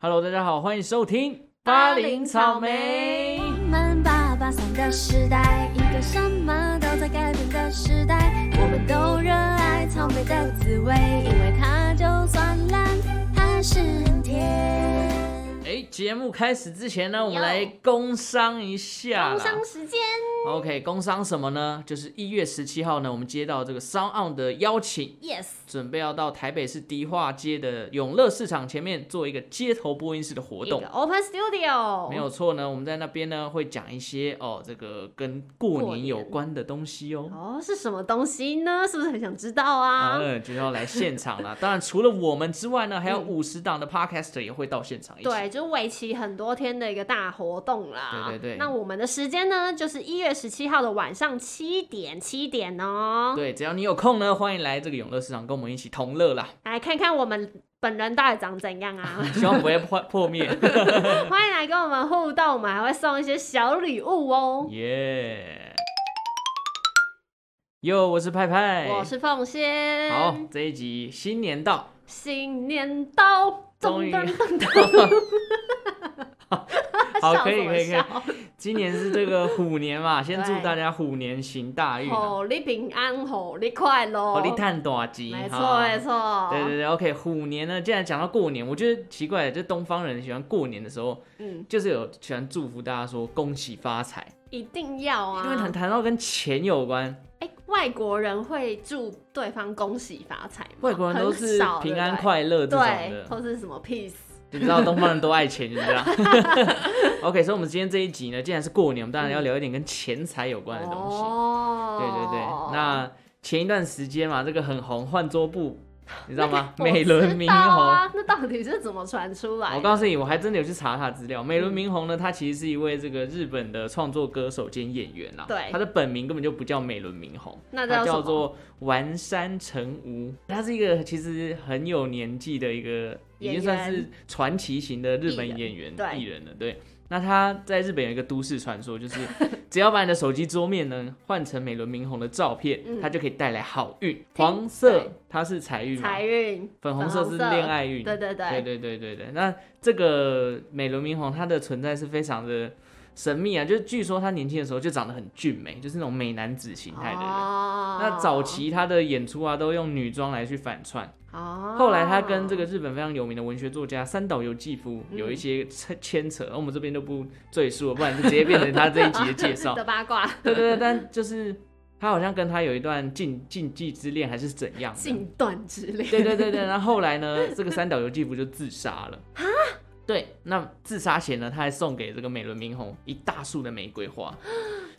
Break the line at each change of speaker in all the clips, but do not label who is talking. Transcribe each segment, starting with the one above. Hello，大家好，欢迎收听《
巴
零
林
草
草
莓
莓》。
我们爸爸桑的时代，一个什么都在改变的时代。我们都热爱草莓的滋味，因为它就算烂，还是很甜。
哎，节目开始之前呢，我们
有
来工商一下啦。
工商时间，
OK，工商什么呢？就是一月十七号呢，我们接到这个 Sound On 的邀请，
，yes，
准备要到台北市迪化街的永乐市场前面做一个街头播音室的活
一
动
个。open studio，
没有错呢，我们在那边呢会讲一些哦，这个跟过
过
年
年
有关的东西哦。
哦，是什么东西呢？是不是很想知道啊？
嗯，就是要来现场啦。当然，除了我们之外呢，还有
嗯
五十档的 Podcaster 也会到现场一起。
对，就是为期很多天的一个大活动啦。
对对对
那我们的时间呢，就是一月十七号的晚上七点，七点哦。
对，只要你有空呢，欢迎来这个永乐市场跟我们一起同乐啦。
来看看我们本人到底长怎样 啊！
希望不会破破灭。
欢迎来跟我们互动，我们还会送一些小礼物哦。
耶！哟，我是派派，
我是凤仙，
好，这一集新年到，
新年到，
终于
噔噔噔
好，
笑
可以
什么
可以可
笑
以，今年是这个虎年嘛，先祝
对
大家虎年行大运啊，
吼你平安，吼你快乐，
好利探大吉，
没错
哈
没错，
对对对，OK，虎年呢，既然讲到过年，我觉得奇怪，就东方人喜欢过年的时候，
嗯，
就是有喜欢祝福大家说恭喜发财，
一定要啊，
因为谈谈到跟钱有关，
哎、外国人会祝对方恭喜发财吗，
外国人都
很
是
少
平安
对不
快乐这种
对对，
的，
或是什么 peace，
你知道东方人都爱钱，就是这样。OK，所以我 们今天这一集呢，既然是过年，我们当然要聊一点跟钱财有关的东西。
哦
对对对，那前一段时间嘛，这个很红换桌布，你知道吗？美轮明
我知道啊
宏。
啊，那到底是怎么传出来的？嗯
我告诉你，我还真的有去查他的资料。美轮明宏呢，他其实是一位这个日本的创作歌手兼演员啦。
对
他的本名根本就不叫美轮明宏，
那
他
叫
叫
什么？
做丸山成吾。他是一个其实很有年纪的一个，已经
演员
算是传奇型的日本
艺人
演员
对
艺人了。对，那他在日本有一个都市传说， 就是只要把你的手机桌面呢换成美轮明宏的照片，
嗯
他就可以带来好运。黄色
对
它是财运嘛，
财运，
粉红色是
粉红色
恋爱运。
对对
对
对，
对对对对，那这个美轮明宏它的存在是非常的神秘啊，就是据说他年轻的时候就长得很俊美，就是那种美男子形态的人。
哦
那早期他的演出啊，都用女装来去反串。
哦，嗯
后来他跟这个日本非常有名的文学作家三岛由纪夫有一些牵牵扯，我们这边都不赘述了，不然就直接变成他这一集的介绍
的。八卦
对对对，但就是他好像跟他有一段禁禁忌之恋，还是怎样的？
近段之类，
对对对对，然后后来呢，这个三岛由纪夫就自杀了啊。对，那自杀前呢，他还送给这个美轮明宏一大束的玫瑰 花。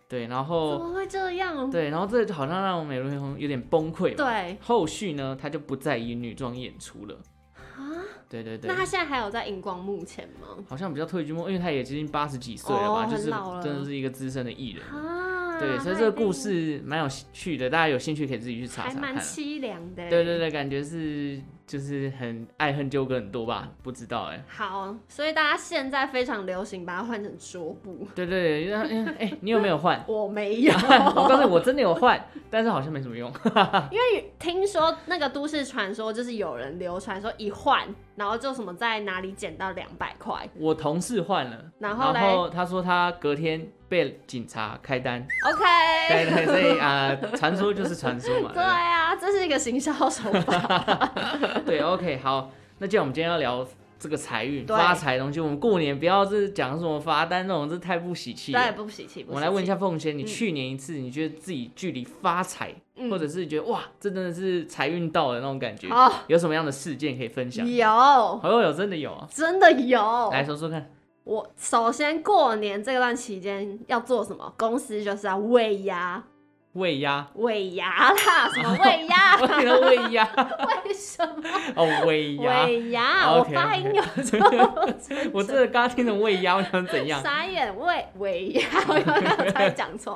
对，然
怎
后
么会这样？
对，然后这好像让美轮明宏有点崩溃嘛。
对
后续呢，他就不再以女装演出了。
啊，
对对对
那，他现在还有在荧光幕前吗？
好像比较退居幕，因为他也接近八十几岁了吧，
哦
就是
很老了
真的是一个资深的艺人。
啊，
对，所以
他
这个
一定
故事蛮有趣的，大家有兴趣可以自己去查
还
查
蛮
看。啊
凄凉的。
对对。对，感觉是就是很爱恨纠葛很多吧，不知道哎、
好，所以大家现在非常流行把它换成桌布，？
对对对，因为哎、你有没有换
我没有，
我告诉你，我真的有换，但是好像没什么用。
因为听说那个都市传说就是有人流传说一换，然后就什么在哪里捡到两百块。
我同事换了，
然
后
后嘞
他说他隔天被警察开单，
OK，
对对，所以啊，呃传、说就是传说嘛。
对啊，这是一个行销手 法。
对对 OK，好，那既然我们今天要聊这个财运、
对
发财的东西，我们过年不要是讲什么罚单那种，这太不喜气
对，
了。
不喜气。不喜气
我们来问一，下凤仙，你去年一次，你觉得自己距离发财，
嗯
或者是你觉得哇，这真的是财运到了那种感觉，
哦，
有什么样的事件可以分享？
嗯有，哦
哦有真的有啊，
真的有。
来说说看。
我首先过年这段期间要做什么？公司就是要喂鸭，
喂鸭，
喂鸭啦，什么喂鸭？
为了喂鸭，
为什么？
哦，喂鸭，
喂鸭，
OK，，
我发音有错
我真的刚刚听成喂鸭，我想怎样？
傻眼，喂喂鸭，我刚才讲错。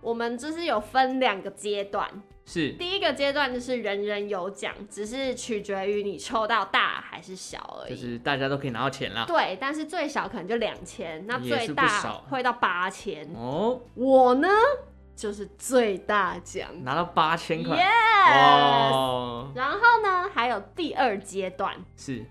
我们就是有分两个阶段，
是
第一个阶段就是人人有奖，只是取决于你抽到大还是小而已。
就是大家都可以拿到钱啦。
对，但是最小可能就两千，那
也是
最
不少
大会到八千。
哦，
我呢，就是最大奖。
拿到八千块，
Yes！
哦，
然后呢，还有第二阶段，
是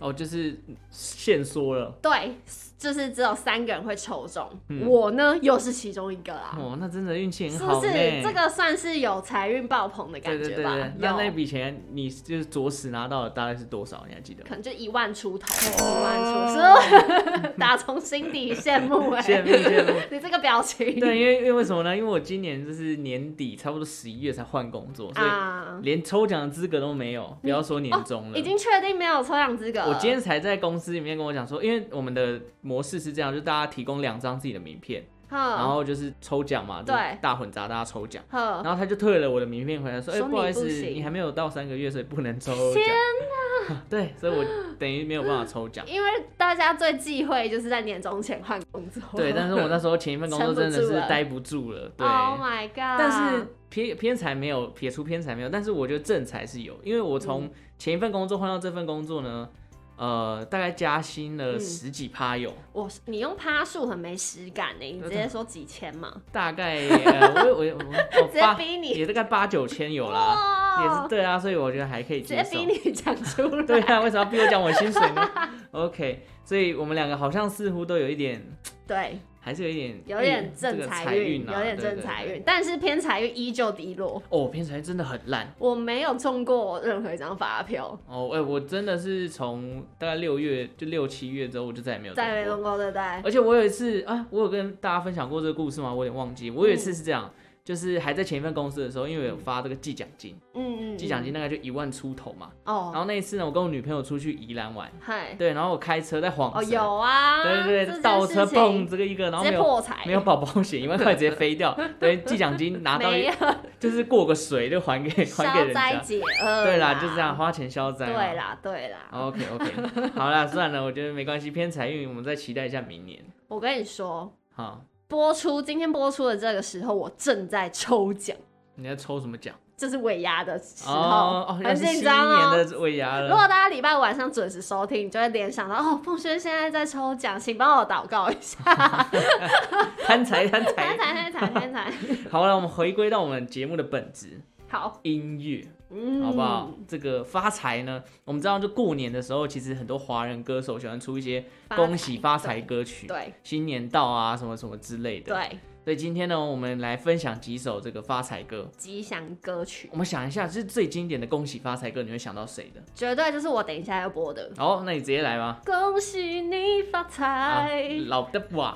哦，就是限缩了。
对，就是只有三个人会抽中，
嗯
我呢又是其中一个啦，
哦，那真的运气很
是
好
不
呢。
是？这个算是有财运爆棚的感
对对
觉
对
吧？
对，那那
有，
笔钱你就是着实拿到的大概是多少？你还记得吗？
可能就一万出头，
哦
一万出头， 打从心底羡慕 哎、
羡慕羡慕。
你这个表情，
对，因为因为为什么呢？因为我今年就是年底，差不多十一月才换工作，所以
啊，哦
连抽奖的资格都没有，不要说年终了。
已经确定没有抽奖资格了。
嗯我今天才在公司里面跟我讲说，因为我们的模式是这样，就大家提供两张自己的名片，然
哼，
后就是抽奖嘛，就是
嗯对
大混杂，大家抽奖。
哼，
然后他就退了我的名片回来，说：“哎、
说你
不好意思，
不行
你还没有到三个月，所以不能抽奖。”
天。
哪！对，所以我等于没有办法抽奖
因为大家最忌讳就是在年终前换工作。
对，但是我那时候前一份工作真的
撑不住
是
了
待不住了，对。
Oh my god！
但是偏偏财没有，撇除偏财没有，但是我觉得正财是有，因为我
嗯
从前一份工作换到这份工作呢，呃，大概加薪了
嗯
十几趴有，
我你用趴数很没实感欸呢，你直接说几千嘛，
大 概呃，我我我我
直接
八
逼你
也大概八九千有啦，也是
哇，
对啊，所以我觉得还可以
哦直
接
接
受
逼。你讲出来。
对啊，为什么要逼我讲我的薪水 呢？OK，所以我们两个好像似乎都有一点，
对，
还是有一点
有点
运
正
这个
财
财
运，
啊
有点
对对
正财
对
运，但是偏财运依旧低落。
哦，偏财真的很烂。
我没有中过任何一张发票，
哦，哎、我真的是从大概六月就六七月之后，我就再也没有
再没
动
中
过。
过，对不对？
而且我有一次啊，我有跟大家分享过这个故事吗？我有点忘记。我有一
嗯
次是这样，就是还在前一份公司的时候，因为我有发这个季奖金，
嗯嗯，
季奖金大概就一万出头嘛。然
哦，
后那一次呢，我跟我女朋友出去宜兰玩，
嗨，
对，然后我开车在晃
哦
神，
有啊，
对对对，
这件
倒车
事情
碰这个一个，然后没
直接
有
破财，
没有保保险，一万块直接飞 掉，等于季奖金拿到
没
一
有
就是过个水就还给还给
消
人
灾
家。
解厄，啊
对啦，就这样，花啊钱消灾嘛。
对啦对啦，
OK OK，好啦，算了，我觉得没关系，偏财运我们再期待一下明年。
我跟你说，
好，
播出今天播出的这个时候，我正在抽奖，
你在抽什么奖？
就是尾牙的时候，
哦哦，要
很
是新
紧
一
张哦
年。的尾牙
如
了。
果大家礼拜晚上准时收听，你就会联想到哦，凤轩现在在抽奖，请帮我祷告一 下。
贪财贪财。
天才，天才，天才，
好了，我们回归到我们节目的本质，
好，
音乐，
嗯，
好不好？？这个发财呢，我们知道，就过年的时候，其实很多华人歌手喜欢出一些恭喜发财歌曲，
嗯对
新年到啊，什么什么之类的。，
对，
所以今天呢，我们来分享几首这个发财歌。
吉祥歌曲
我们想一下，就是最经典的恭喜发财歌，你会想到谁的？
绝对就是我等一下要播的。
好，那你直接来吧。
恭喜你发
啊
财，
老的哇，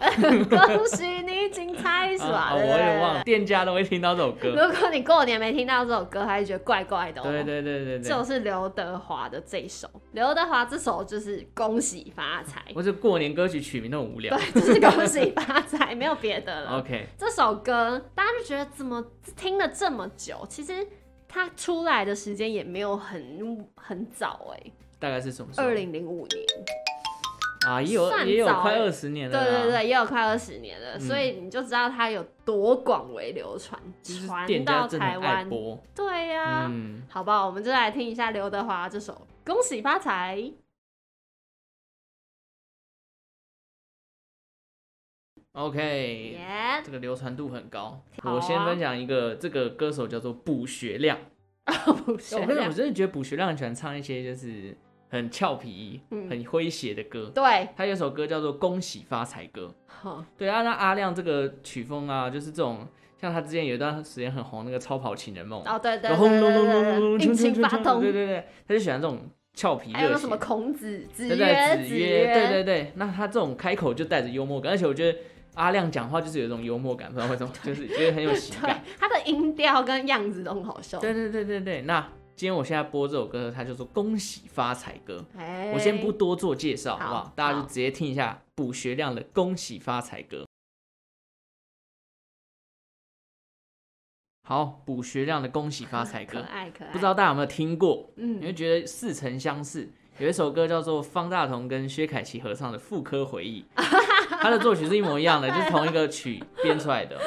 恭喜你精彩， 是吧？
啊我
对不
有
对
点忘了，店家都会听到这首歌。
如果你过年没听到这首歌，还是觉得怪怪的、哦。
对对对对
就
对，
是刘德华的这一首，刘德华这首就是恭喜发财，
我是过年歌曲取名都很无聊。
对，就是恭喜发财，没有别的 了。
OK，
这首歌大家就觉得怎么听了这么久，其实它出来的时间也没有很很早哎、
大概是什么时候？
二零零五年，
啊，也有
算
也有
早
快
欸
二十年
对
了。
对，对，也有快二十年了，
嗯
所以你就知道它有多广为流传，
就是
传
店
到
家真的
台
很爱
湾。
播。
对呀、
嗯，
好不好？我们就来听一下刘德华这首《恭喜发财》。
OK，
耶、
这个流传度很高。
好啊
我先分享一个，这个歌手叫做卜学亮。哦
不是
我跟你讲，我真的觉得卜学亮很喜欢唱一些就是很俏皮、
嗯
很诙谐的歌。
对，
他有一首歌叫做《恭喜发财歌》。
哼
对啊，那阿亮这个曲风啊，就是这种，像他之前有一段时间很红那个《超跑情人梦》，
哦对对
然
对
后轰
对
隆隆隆隆
对对
隆，
对，
冲
引
冲
擎
冲
发
冲对
动，
对对，他就喜欢这种俏皮
还有
热
那
血
什么。孔子、子
对对
曰、
子
曰，
对对对，那他这种开口就带着幽默感，而且我觉得阿亮讲话就是有一种幽默感，不知道为什么，就是觉得很有喜
对
感。，
他的音调跟样子都很好笑。
对对对对对，那今天我现在播这首歌，它叫做《恭喜发财歌》，
哎
我先不多做介绍，好不好
好？
大家
好
就直接听一下卜学亮的《恭喜发财歌》。好，卜学亮的《恭喜发 财歌
可爱可爱，
不知道大家有没有听过？你
嗯
会觉得似曾相识。有一首歌叫做方大同跟薛凯琪合唱的《妇科回忆》， 它的作曲是一模一样的，就是同一个曲编出来 的。哦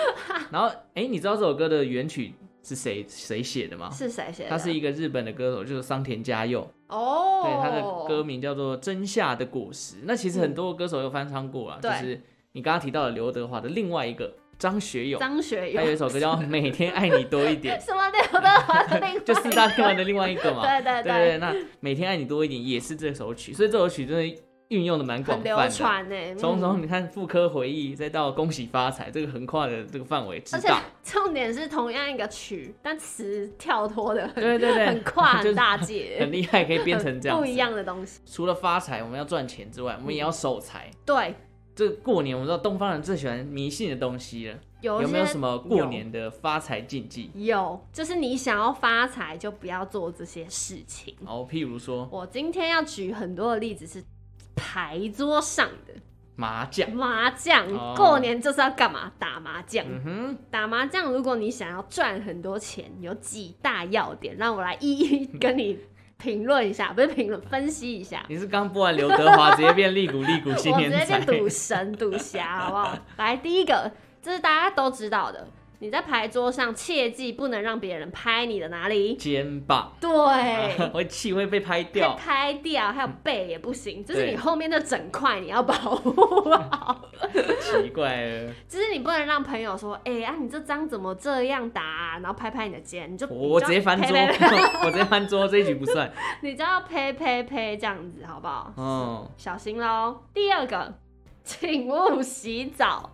然后，哎、你知道这首歌的原曲是谁谁写的吗？
是谁写的？
他是一个日本的歌手，就是桑田佳佑。
哦，嗯
对，他的歌名叫做《真夏的果实》。那其实很多歌手有翻唱过啊，就
对
是你刚刚提到的刘德华的另外一个张学友，
张学
他有一
友，
首歌叫《每天爱你多一点
什么刘德 华的 另外》，
就四大天王的另外一个嘛。
对对
对对，那每天爱你多一点也是这首曲，所以这首曲真的运用的蛮广泛
很流
的。
传呢、嗯
从从你看妇科回忆，再到恭喜发财，这个横跨的这个范围之
而且
大，
重点是同样一个曲，但词跳脱的很
对对对，
很跨
就
很
是
大
很
界，
厉害，可以编成
很
这样
不
子
一。样的东西。
除了发财，我们要赚钱之外，我们也要守财。
对，
这过年我们知道东方人最喜欢迷信的东西了，
有一
有没有
些
什么过年的发财禁忌？
有，就是你想要发财，就不要做这些事情。
哦，譬如说
我今天要举很多的例子是牌桌上的
麻将，
麻将
哦，
过年就是要干嘛？打麻将。
嗯哼，
打麻将，如果你想要赚很多钱，有几大要点，让我来一一跟你评论一下，不是评论，分析一下。
你是刚播完刘德华，直接变利股利股新
我直
年
接
财
变，赌神、赌侠，好不好？来，第一个，这是大家都知道的，你在牌桌上切记不能让别人拍你的哪里。
肩膀，
对，
会气会被拍
被
掉。 嗯
拍掉，还有背也不行，就是
对
你后面的整块你要保护好，
奇怪了，
就是你不能让朋友说，哎、啊你这张怎么这样打啊、然后拍拍你的肩，你就
我我直接翻桌，
呸呸呸
我直接翻桌，这一局不算。
你就要呸呸呸这样子，好不好？
哦，
小心喽。第二个，请勿洗澡、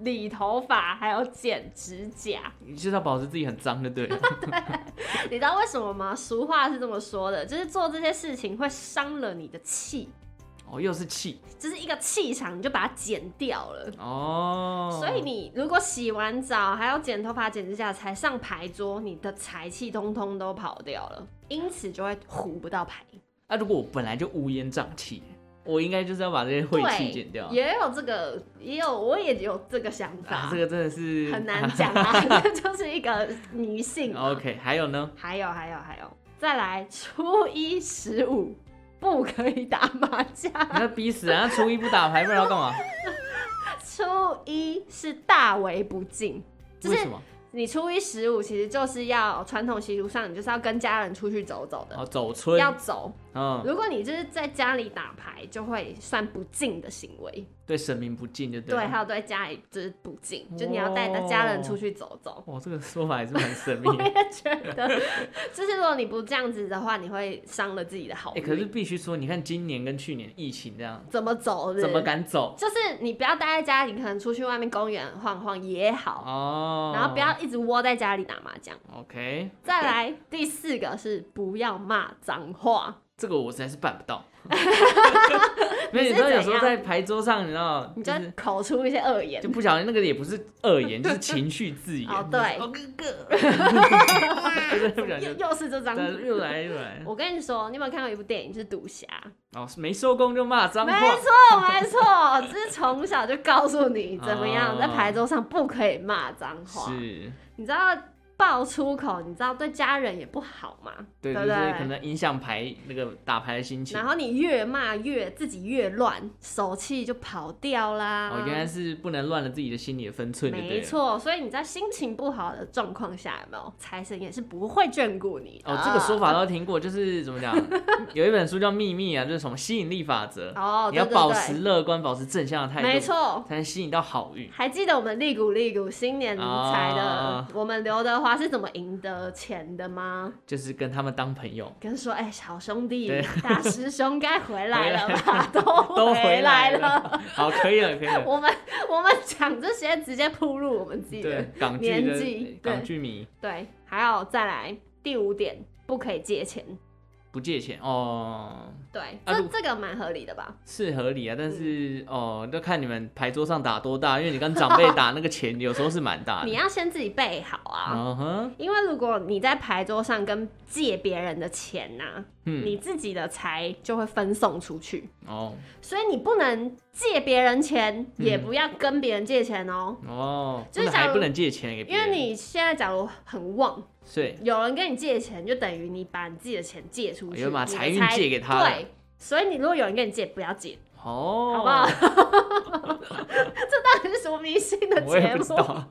理头发，还有剪指甲。
你就是要保持自己很脏就对 了。
你知道为什么吗？俗话是这么说的，就是做这些事情会伤了你的气，
哦，又是气
就是一个气场，你就把它剪掉了。
哦，
所以你如果洗完澡还要剪头发、剪指甲才上牌桌，你的财气通通都跑掉了，因此就会胡不到牌。
那、啊如果我本来就乌烟瘴气，我应该就是要把这些晦气剪掉。
也有这个，也有我也有这个想法，
啊，这个真的是
很难讲 啊，这 就是一个迷信嘛。
OK，还有呢？
还有还有还有，再来初一十五不可以打麻将，
你要逼死啊！初一不打牌，不然要干嘛？
初一是大为不敬，就
为
是
什么？
你初一十五其实就是要传统习俗上，你就是要跟家人出去走走的，
哦，走村，
呃要走。
嗯，
如果你就是在家里打牌，就会算不敬的行为。
对神明不敬就对啊哦
对，
了。
还有对家里就是不敬，就你要带着家人出去走 走。
哇，这个说法还是蛮神秘
我
的。
也觉得，就是如果你不这样子的话，你会伤了自己的好
哎、
运。
可是必须说，你看今年跟去年疫情这样，
怎么走的？
怎么？敢走？
就是你不要待在家里，可能出去外面公园晃晃也好，
哦，
然后不要一直窝在家里打麻将。
OK，
再来第四个是不要骂脏话，
这个我实在是办不 到。没有，
你是
你知道有时候
怎样
在牌桌上，你知道，
你
就
就是口出一些恶言
就。不小心那个也不是恶言，就是情绪字眼。
哦，对，
哦就是不小
又
心就，
又是这张
对
纸。
又来又来。
我跟你说，你有没有看过一部电影，就是《赌侠》？
哦，没收工就骂脏
没
话。
错，没错， 就是从小就告诉你怎么样，
哦
在牌桌上不可以骂脏话。
是，
你知道爆粗口，你知道对家人也不好嘛，
对，就
不
是可
对？
能影响牌那个打牌的心情
然。后你越骂越自己越乱，手气就跑掉啦。
哦，原来是不能乱了自己的心理的分寸，就对
没
了。
错，所以你在心情不好的状况下，有没有财神也是不会眷顾你的
哦，这个说
啊
法都听过，就是怎么讲， 有一本书叫《秘密》啊，就是什么吸引力法则，
哦，
你要
对对
保
对
持乐观，保持正向的态度，
没，错。
才能吸引到好运。
还记得我们利股利股新年财的，
啊
我们刘德华是怎么赢得钱的吗？
就是跟他们当朋友，
跟说，哎、小兄弟
对，
大师兄该回来了
回
吧， 都
都
回
来
来了。。
好，可以了，可以了。
我们我们讲这些直接铺路我们自己的
对，港剧
年纪
的港
对
剧迷
对，还有再来第五点，不可以借钱。
不借钱哦，
对，
啊
这、
如
这个蛮合理的吧？
是合理啊，但是、
嗯
哦，就看你们牌桌上打多大，因为你跟长辈 打那个钱有时候是蛮大
你
的。
要先自己备好啊，
嗯哼，
因为如果你在牌桌上跟借别人的钱呐、啊
嗯，
你自己的财就会分送出去，
哦
所以你不能借别人钱，
嗯
也不要跟别人借钱哦。
哦，
就是
不能还
假如
不能借钱给别
因为
人，
你现在假如很旺，
对，
有人跟你借钱，就等于你把你自己的钱借出去，
有人把
你的
哎财运借给他了
对，所以你如果有人跟你借，不要借，
哦，
好不好？ 这到底是什么迷信 的
我也
节
不知
目？
道，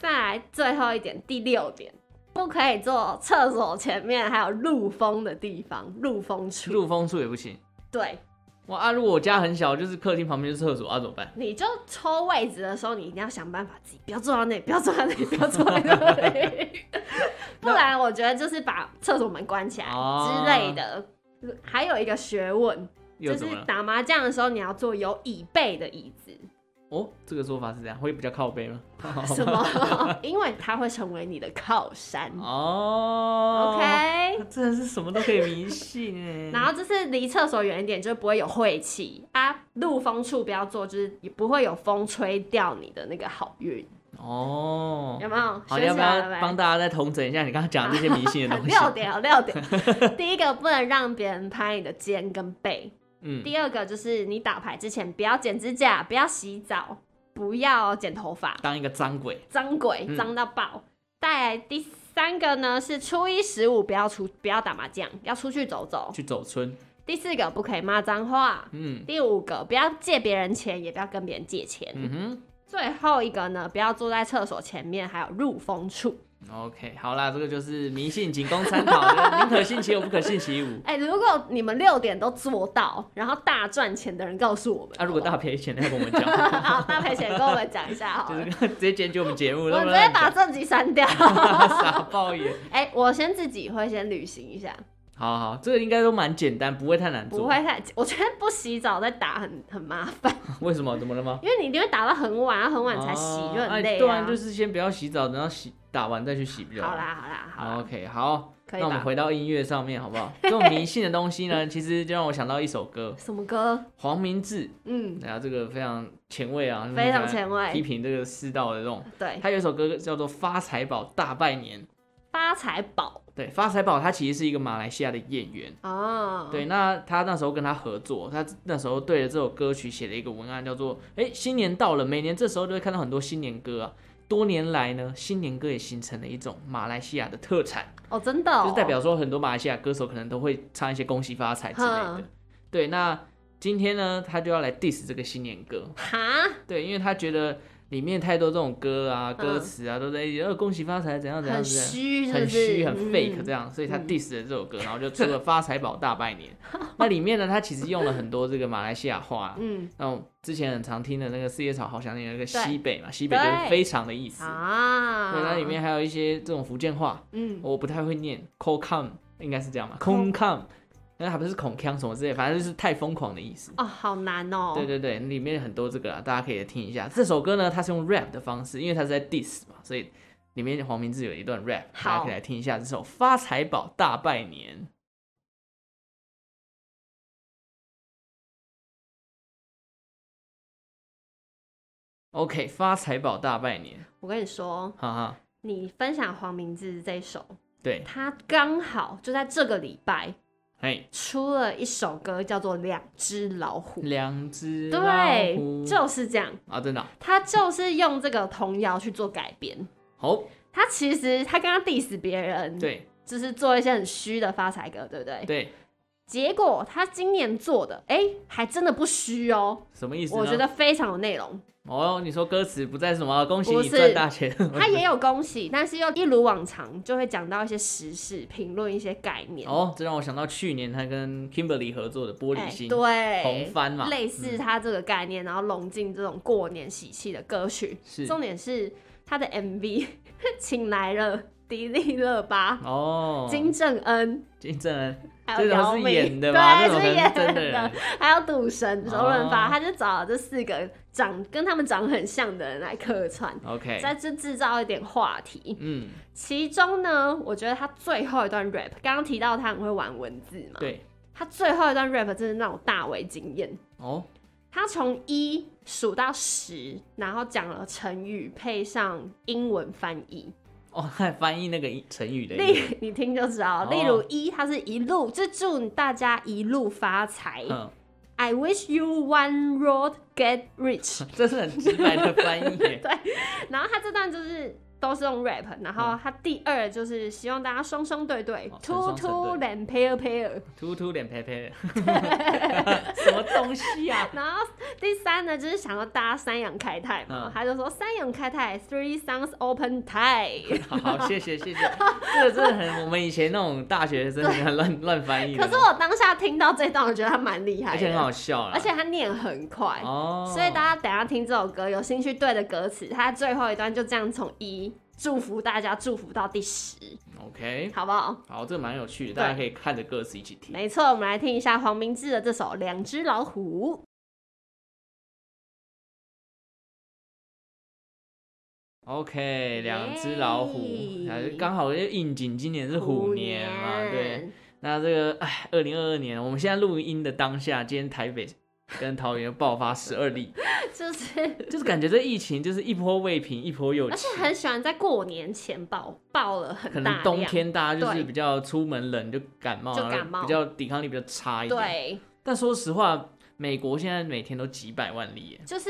再来最后一点，第六点，不可以坐厕所前面还有路风的地方，路风处。
陆风处也不行，
对，
哇啊！如果我家很小，就是客厅旁边就是厕所啊，怎么办？
你就抽位置的时候，你一定要想办法自己不要坐到那里，不要坐到那里，不要坐到那 里，不然我觉得就是把厕所门关起来
哦
之类的。还有一个学问，
又
就
怎么
是
了？
打麻将的时候，你要坐有椅背的椅子。
哦，这个说法是这样，会比较靠背吗？
什么？ 因为它会成为你的靠山。
哦
嗯 OK，
他真的是什么都可以迷信哎。
然后就是离厕所远一点，就不会有晦气啊。路风处不要坐，就是也不会有风吹掉你的那个好运，
哦，
有没有？
好，
学
要
起
不
来
要
了没
帮大家再统整一下你刚刚讲的这些迷 信的东西？
六哎点，六点。第一个不能让别人拍你的肩跟背。
嗯，
第二个就是你打牌之前不要剪指甲，不要洗澡，不要剪头发，
当一个脏鬼
脏鬼
嗯
脏到爆。再来第三个呢是初一十五不要出不要打麻将，要出去走走。
去走村。
第四个不可以骂脏话。
嗯
第五个不要借别人钱，也不要跟别人借钱。
嗯
最后一个呢，不要坐在厕所前面，还有入风处。
哼，OK，好啦，这个就是迷信，仅供参考， 宁可信其有，不可信其无。
哎、如果你们六点都做到，然后大赚钱的人告诉我们，
啊，如果大赔钱的要跟我们 讲，
好，大赔钱跟我们讲一下好
就
了
是。 直接检举我们节目，
我
都
直
不
接
能
把
讲
这集删掉。
傻爆眼。
哎、我先自己会先旅行一下，
好好，这个应该都蛮简单，不会太难做。
不会太。我觉得不洗澡再打很很麻烦，
为什么？怎么了吗？
因为你一定会打到很晚，然后很晚才洗，
哦
就
哎
很累
对啊，就是先不要洗澡，等到洗打完再去洗比较
好。啦好啦好啦，
OK，好，
可以
那我们
吧？
回到音乐上面好不好？这种迷信的东西呢， 其实就让我想到一首歌，
什么歌？
黄明志，
嗯，
然后这个非常前卫啊，
非常
喜欢
前
批
卫。
评这个世道的这种。
对，
他有一首歌叫做《发财宝大拜年》，
发财宝
对，发财宝他其实是一个马来西亚的演员，
哦，
对，那他那时候跟他合作，他那时候对着这首歌曲写了一个文案，叫做“哎，新年到了，每年这时候都会看到很多新年歌啊。多年来呢，新年歌也形成了一种马来西亚的特产，
哦，真的、哦，
就是代表说很多马来西亚歌手可能都会唱一些恭喜发财之类的
哼。
对，那今天呢，他就要来 diss 这个新年歌，
哈，
对，因为他觉得里面太多这种歌啊、歌
嗯
词啊，都在一起呃恭喜发财怎样怎样
很
怎样。
虚，是
很
不是
虚、很 fake
嗯
这样，所以他
嗯
diss 了这首歌，然后就出了《发财宝大拜 年》。那里面呢，他其实用了很多这个马来西亚话，
嗯
那我之前很常听的那个《四叶草好想你》那个西北嘛，西北
对
就是非常的意思。
啊，
对，那里面还有一些这种福建话，
嗯，
我不太会念 c o c o m 应该是这样嘛 c o c o m 那还不是孔腔什么之类，反正就是太疯狂的意思。
哦，好难哦，
对对对，里面很多这个啊，大家可以听一下。这首歌呢，它是用 rap 的方式，因为它是在 diss 嘛，所以里面黄明志有一段 rap，
好
大家可以来听一下这首《发财宝大拜年》。OK，发财宝大拜年，
我跟你说，
哈哈，
你分享黄明志这首，
对，
他刚好就在这个礼拜
嘿，
出了一首歌，叫做《两只老虎》。
两只老虎
对，就是这样，
啊，真的啊
他就是用这个童谣去做改编。
好，
他其实他刚刚 diss 别人，，
对
就是做一些很虚的发财歌，对不对？
对，
结果他今年做的，哎、还真的不虚哦，
什么意思呢？
我觉得非常有内 容。
哦，你说歌词不在什么？恭喜
不
你
是
赚大钱。
他也有恭喜，但是又一如往常，就会讲到一些时事，评论一些概念。
哦，这让我想到去年他跟 Kimberly 合作的《玻璃
哎，
心》红
对，
番嘛，嗯
类似它这个概念，然后融进这种过年喜气的歌曲。
是
重点是它的 MV 请来了迪丽热巴、
哦，
金正恩，
金正恩，
还
这
有
种
姚
是
明，
演的吧？
对，
这种可
是
能
演
是真的人，
还有赌神周润发，
哦
他就找了这四个长跟他们长很像的人来客串。
OK，
再制制造一点话题，
嗯，
其中呢，我觉得他最后一段 rap，刚刚提到他很会玩文字嘛，
对，
他最后一段 rap 真的让我大为惊艳。
哦，
他从一数到十，然后讲了成语，配上英文翻译。
哦，还翻译那个成语的意思，
例你 听就知道，
哦
例如一，它是一路，就祝大家一路发财。
嗯，。
I wish you one road get rich
这是很直白的翻译耶。
然后他这段就是都是用 rap，然后他第二就是希望大家双双对对
哦，
突
成双
突
成
然 pair pair。
秃秃脸呸呸，什么东西啊？
然后第三呢，就是想要搭三阳开泰嘛，
嗯
他就说三阳开泰，Three Suns Open Thai。
好，谢谢谢谢，这个真的很，我们以前那种大学生很乱乱翻译的，
可是我当下听到这段，我觉得他蛮厉害
而
的，
且很好笑啦，
而且他念很快。
哦，
所以大家等一下听这首歌，有兴趣对的歌词，它最后一段就这样从一祝福大家祝福到第十，
OK，
好不好？
好，这个蛮有趣的，
对
大家可以看着歌词一起听。
没错，我们来听一下黄明志的这首《两只老虎》。
OK，两只老虎，啊
耶
刚好又应景，今年是虎年嘛，对。，那这个哎，二零二二年，我们现在录音的当下，今天台北跟桃园爆 发十二例，
就是，
就是感觉这疫情就是一波未平，一波又
而
起
且。很喜欢在过年前爆爆了很
可
大
能
量，
冬天大家就是
对
比较出门冷就感冒，
就
然后
感冒
比较抵抗力比较差一点。。
对，
但说实话，美国现在每天都几百万例耶，
就是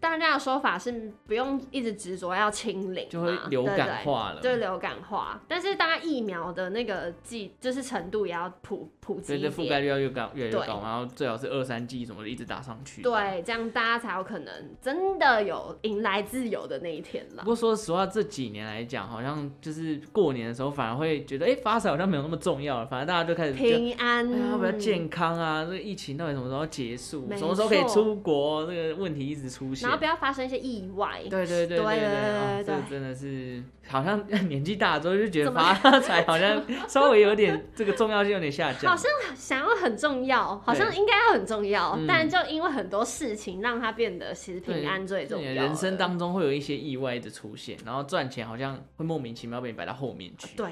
大家的说法是不用一直执着要清零嘛，
就会流感化了。
对。对对，就流感化，但是大家疫苗的那个剂就是程度也要普普及
所以
一
这
点，
覆盖率要越高越来越
对
高，然后最好是二三季什么的一直打上去。。
对，这样大家才有可能真的有迎来自由的那一天了
不。过说实话，这几年来讲，好像就是过年的时候，反而会觉得，哎、发烧好像没有那么重要了，反正大家就开始就，
平安，
哎呀，要不要健康啊？这个疫情到底什么时候结束？
没
什么时候可以
错
出国？这个问题一直出现
然后。不要发生一些意外。
对对对对
对对
啊
对
这
对
真的是好像年纪大了之后就觉得
怎么
发财好像稍微有点这个重要性有点下降，
好像 想要很重要，好像
对
应该要很重要
嗯，
但就因为很多事情让它变得其实
对
平安最重
你
要
的
了。
人生当中会有一些意外的出现，然后赚钱好像会莫名其妙被你摆到后面去，
对，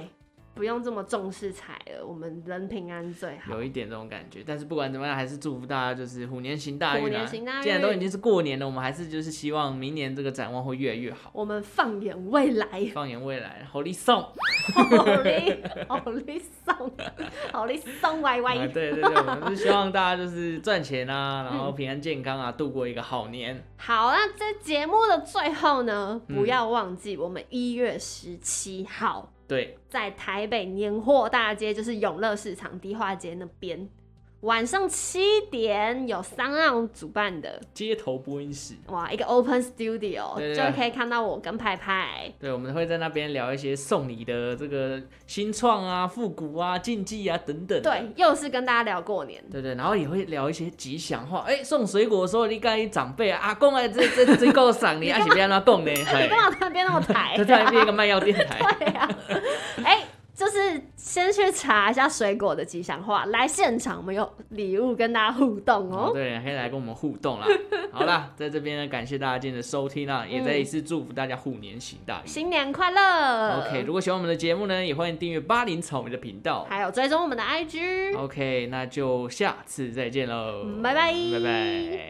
不用这么重视财了，我们人平安最好。
有一点这种感觉。但是不管怎么样，还是祝福大家就是虎年行大运
虎
啊！
年行大运
既然都已经是过年了，我们还是就是希望明年这个展望会越来越好。，
我们放眼未来
放眼未来，好利送！
好力 好力送，好力送歪
啊，
歪。
对对 对，我们是希望大家就是赚钱啊，然
嗯
后平安健康啊，度过一个好年。
好，那在节目的最后呢，
嗯
不要忘记我们一月十七号
对，
在台北年货大街，就是永乐市场迪化街那边，晚上七点有三浪主办的
街头播音室。
哇，一个 open studio，
对对对
就可以看到我跟派派。
对，我们会在那边聊一些送礼的这个新创啊、复古啊、竞技啊等等。
对，又是跟大家聊过年，
对对，然后也会聊一些吉祥话。哎、送水果的时候，你跟长辈啊，阿公啊，这这这够赏 你，啊，是不要那供呢？
你干嘛突然变那么抬
嘿 就？突然变一个卖药电台。
对呀、哎、就是先去查一下水果的吉祥话，来现场我们有礼物跟大家互动
哦，
哦。
对，可以来跟我们互 动啦。好啦，在这边呢，感谢大家今天的收听啦，也再一次祝福大家虎年行大运。
新年快乐
OK，如果喜欢我们的节目呢，也欢迎订阅巴林草莓的频道。
还有追踪我们的 IG。嗯
OK，那就下次再见喽，
拜拜
拜拜。